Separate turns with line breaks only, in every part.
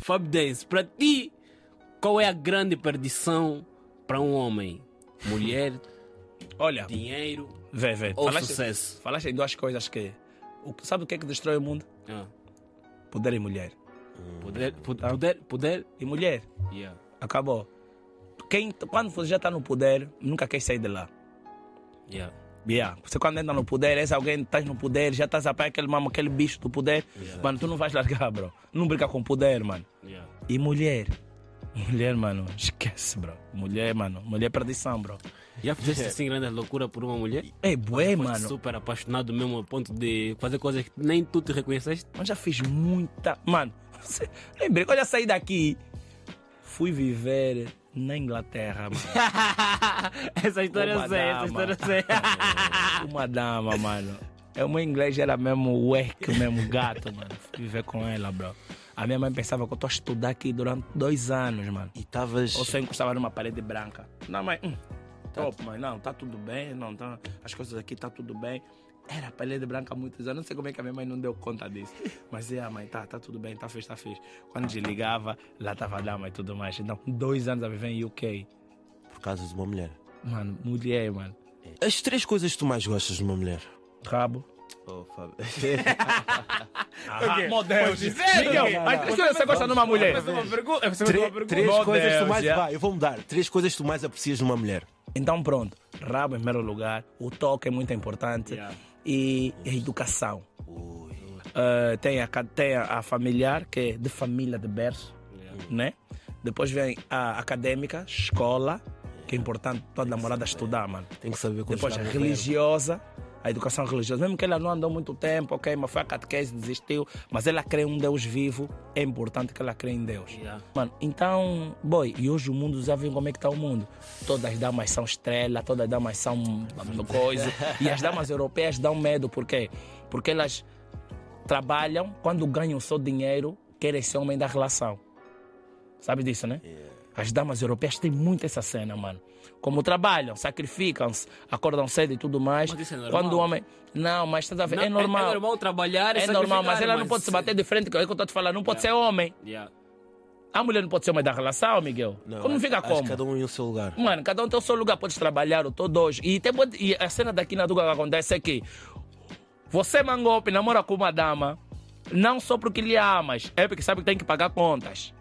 Fab Dance, para ti, qual é a grande perdição para um homem? Mulher,
Olha,
dinheiro
vê, vê.
ou
Falaste,
sucesso?
falaste em duas coisas que. o- sabe o que é que destrói o mundo?
Ah,
Poder e mulher. Hum.
poder, po- poder, poder.
E mulher,
Yeah.
acabou. Quem, quando você já está no poder, nunca quer sair de lá.
Yeah.
Yeah. Você quando entra no poder, és alguém, estás no poder, já estás a apanhar aquele mamo, aquele bicho do poder. Mano, tu não vais largar, bro. Não brinca com poder, mano.
Yeah.
E mulher. Mulher, mano, esquece, bro. Mulher, mano. Mulher é perdição, bro.
Já fizeste assim grande loucura por uma mulher?
É bué,
Foste
mano.
super apaixonado mesmo ao ponto de fazer coisas que nem tu te reconheceste?
Mas já fiz muita. Mano, você... lembrei, quando eu saí daqui, fui viver na Inglaterra, mano.
essa história eu sei, essa história é eu sei.
Uma dama, mano. É, O meu inglês era mesmo work, mesmo gato, mano. Fui viver com ela, bro. A minha mãe pensava que eu tô a estudar aqui durante dois anos, mano.
E estavas.
Ou só encostava numa parede branca. Não, mãe, hum, top, mãe, não, tá tudo bem, não, tá, as coisas aqui tá tudo bem. Era parede branca há muitos anos, não sei como é que a minha mãe não deu conta disso. Mas é, a mãe, tá, tá tudo bem, tá fez, tá fez. Quando desligava, lá tava a dama e tudo mais. Então, dois anos a viver em UK.
Por causa de uma mulher.
Mano, mulher, mano.
As três coisas que tu mais gostas de uma mulher.
Rabo.
Oh, Fábio.
Ah, meu Deus. Miguel, mas que coisa você gosta de uma mulher?
três
Meu
coisas que tu
Deus,
mais.
já.
Vai, eu vou mudar. Três coisas que tu mais aprecias de uma mulher.
Então pronto, rabo em primeiro lugar, o toque é muito importante
Yeah.
e a educação. Ah, tem, a, ca- tem a, a familiar, que é de família de berço, né? Depois vem a acadêmica, escola, que é importante toda namorada estudar, mano.
Tem que saber quando
Depois a
chegar no
religiosa, a educação religiosa. Mesmo que ela não andou muito tempo, ok, mas foi a catequese, desistiu, mas ela crê em um Deus vivo, é importante que ela crê em Deus.
Yeah.
Mano, então, boy, e hoje o mundo já viu como é que tá o mundo. Todas as damas são estrela, todas as damas são coisa. e as damas europeias dão medo, por quê? Porque elas trabalham, quando ganham seu dinheiro, querem ser homem da relação. Sabe disso, né? As damas europeias têm muito essa cena, mano. Como trabalham, sacrificam-se, acordam cedo e tudo mais.
Mas isso é normal.
Quando o homem. Não, mas estás a ver,
Não,
é normal.
É normal trabalhar e
É normal, mas
sacrificar,
ela não pode se bater de frente, que é o que eu estou te falando, não pode ser homem.
Yeah.
A mulher não pode ser homem da relação, Miguel.
Não,
como
acho-
fica
acho
como?
Cada um em seu lugar.
Mano, cada um tem o seu lugar, podes trabalhar, eu tô dois. E, tem, pode- e a cena daqui na Duga que acontece é que você, Mangope, namora com uma dama, não só porque lhe amas, é porque sabe que tem que pagar contas.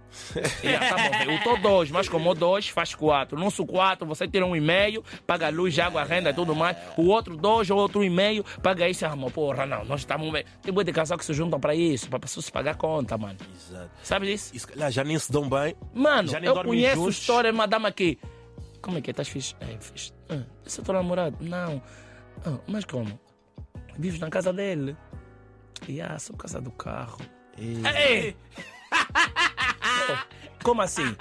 E, ah, tá bom, eu tô dois, mas como dois, faz quatro. Não sou quatro, você tira um e meio, paga luz, água, renda e tudo mais. O outro dois, o outro e meio, paga isso. Ah, meu, porra, não, nós estamos... bem. Tem boi de casal que se juntam pra isso, pra pessoas se pagar conta, mano.
Exato.
Sabe disso?
E se calhar já nem se dão bem.
Mano,
Já nem
eu
dormem
conheço
juntos.
história de uma dama que. Como é que é? Estás fixe? É, fixe. Ah, esse é teu namorado? Não. Ah, mas como? Vives na casa dele? E ah, só por causa do carro.
E-
Ei! Oh, como assim?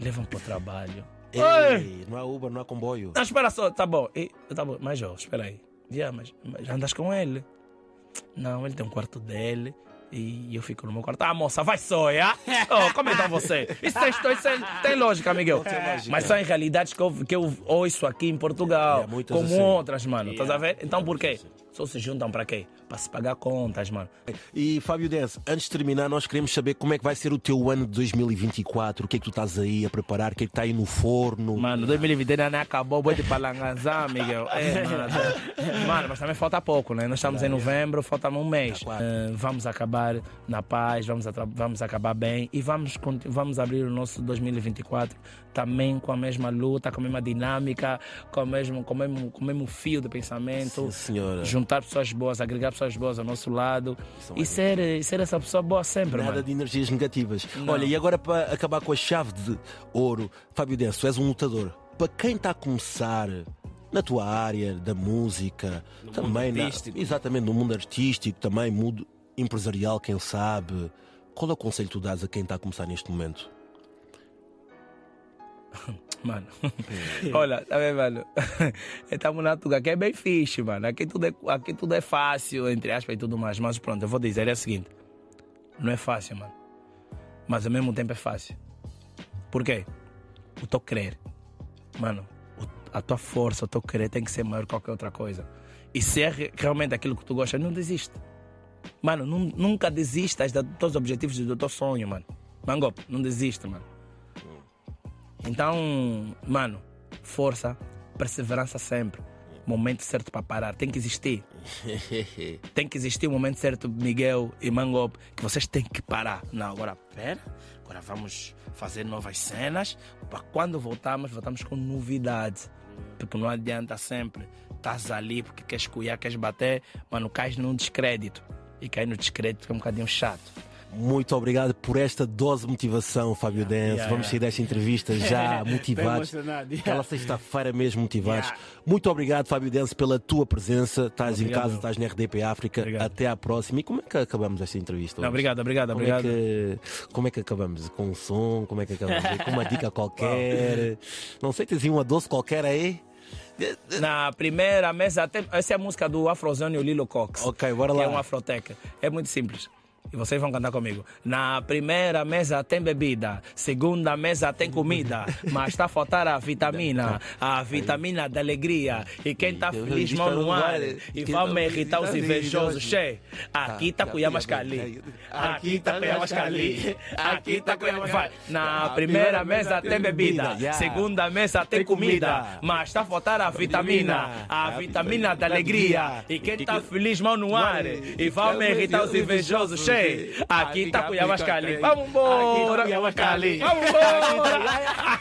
Levam para o trabalho.
Ei,
Ei!
não há Uber, não há comboio.
Não, espera só, tá bom. E, tá bom, mas ó, espera aí. Já, mas, mas andas com ele? Não, ele tem um quarto dele e eu fico no meu quarto. Ah, moça, vai só, já? Oh, como então você? Isso tem, isso tem, tem lógica, Miguel. Mas são realidades que eu, que eu ouço aqui em Portugal,
É, muitas
como
assim. é
outras, mano. Estás a ver? Então por quê? Só se juntam para quê? Para se pagar contas, mano.
E Fábio Dance, antes de terminar, nós queremos saber como é que vai ser o teu ano de 2024, o que é que tu estás aí a preparar, o que é que está aí no forno.
Mano, 2020 ainda não né? acabou, boi de palangazar, Miguel. É, mano. mano, mas também falta pouco, né? Nós estamos em novembro, falta um mês.
Tá quatro.
Eh, vamos acabar na paz, vamos, atra- vamos acabar bem e vamos, conti- vamos abrir o nosso 2024 também com a mesma luta, com a mesma dinâmica, com, a mesmo, com, o, mesmo, com o mesmo fio de pensamento.
Sim, senhora.
Juntar pessoas boas, agregar pessoas boas ao nosso lado
Isso
e
é
ser, eh, e ser essa pessoa boa sempre,
Nada
mano.
de energias negativas. Olha, e agora para acabar com a chave de ouro, Fábio Dance, tu és um lutador. Para quem está a começar na tua área da música, também na-
artístico.
exatamente no mundo artístico, também mundo empresarial, quem sabe, qual é o conselho que tu dás a quem está a começar neste momento?
Mano, olha, tá vendo, mano? Estamos na Tuga, que é bem fixe, mano. Aqui tudo, é, aqui tudo é fácil, entre aspas e tudo mais. Mas pronto, eu vou dizer é o seguinte: não é fácil, mano. Mas ao mesmo tempo é fácil. Por quê? O teu crer. Mano, o- a tua força, o teu crer tem que ser maior que qualquer outra coisa. E se é re- realmente aquilo que tu gosta, não desiste. Mano, nun- nunca desistas dos teus objetivos e do teu sonho, mano. Mangope, não desiste, mano. Então, mano, força, perseverança sempre. Momento certo para parar, tem que existir. Tem que existir o momento certo, Miguel e Mangope, que vocês têm que parar. Não, agora pera, agora vamos fazer novas cenas. Para quando voltarmos, voltamos com novidades. Tipo, não adianta sempre. Estás ali porque queres cuiar, queres bater, mano, cais num descrédito. E cair no descrédito é um bocadinho chato.
Muito obrigado por esta dose de motivação, Fábio Dance.
yeah,
Vamos
yeah.
sair desta entrevista já motivados.
emocionado, yeah.
Aquela sexta-feira mesmo motivados.
Yeah.
Muito obrigado, Fábio Dance, pela tua presença. Estás em
Obrigado.
casa, estás na RDP África.
Obrigado.
Até à próxima. E como é que acabamos esta entrevista?
Não,
hoje?
obrigado, obrigado,
Como
obrigado.
É que, como é que acabamos? Com um som? Como é que acabamos? Com uma dica qualquer? Não sei, tens aí uma doce qualquer aí?
Na primeira mesa, até, essa é a música do Afrozone e o Lilo Cox.
Ok, bora
que
lá.
É uma afroteca. É muito simples. E vocês vão cantar comigo. Na primeira mesa tem bebida, segunda mesa tem comida, mas está a faltar a vitamina, a vitamina da alegria. E quem está feliz mão no ar, e né? Então, vamos irritar os invejosos. Tá, Che, aqui está Cuiamascali, tá. aqui está Cuiamascali, aqui está Cuiamascali. Na primeira mesa tem bebida, segunda mesa tem comida, mas está a faltar a vitamina, a vitamina da alegria. E quem está feliz, mão no ar. E vamos irritar os invejosos, cheio. Aqui tá está Cuiabascali. Vamos embora. Vamos embora.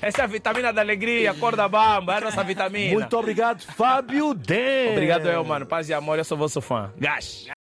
Essa é a vitamina da alegria, cor da bamba, é a nossa vitamina.
Muito obrigado, Fábio Dance.
Obrigado, eu, mano. Paz e amor, eu sou vosso fã. Gás.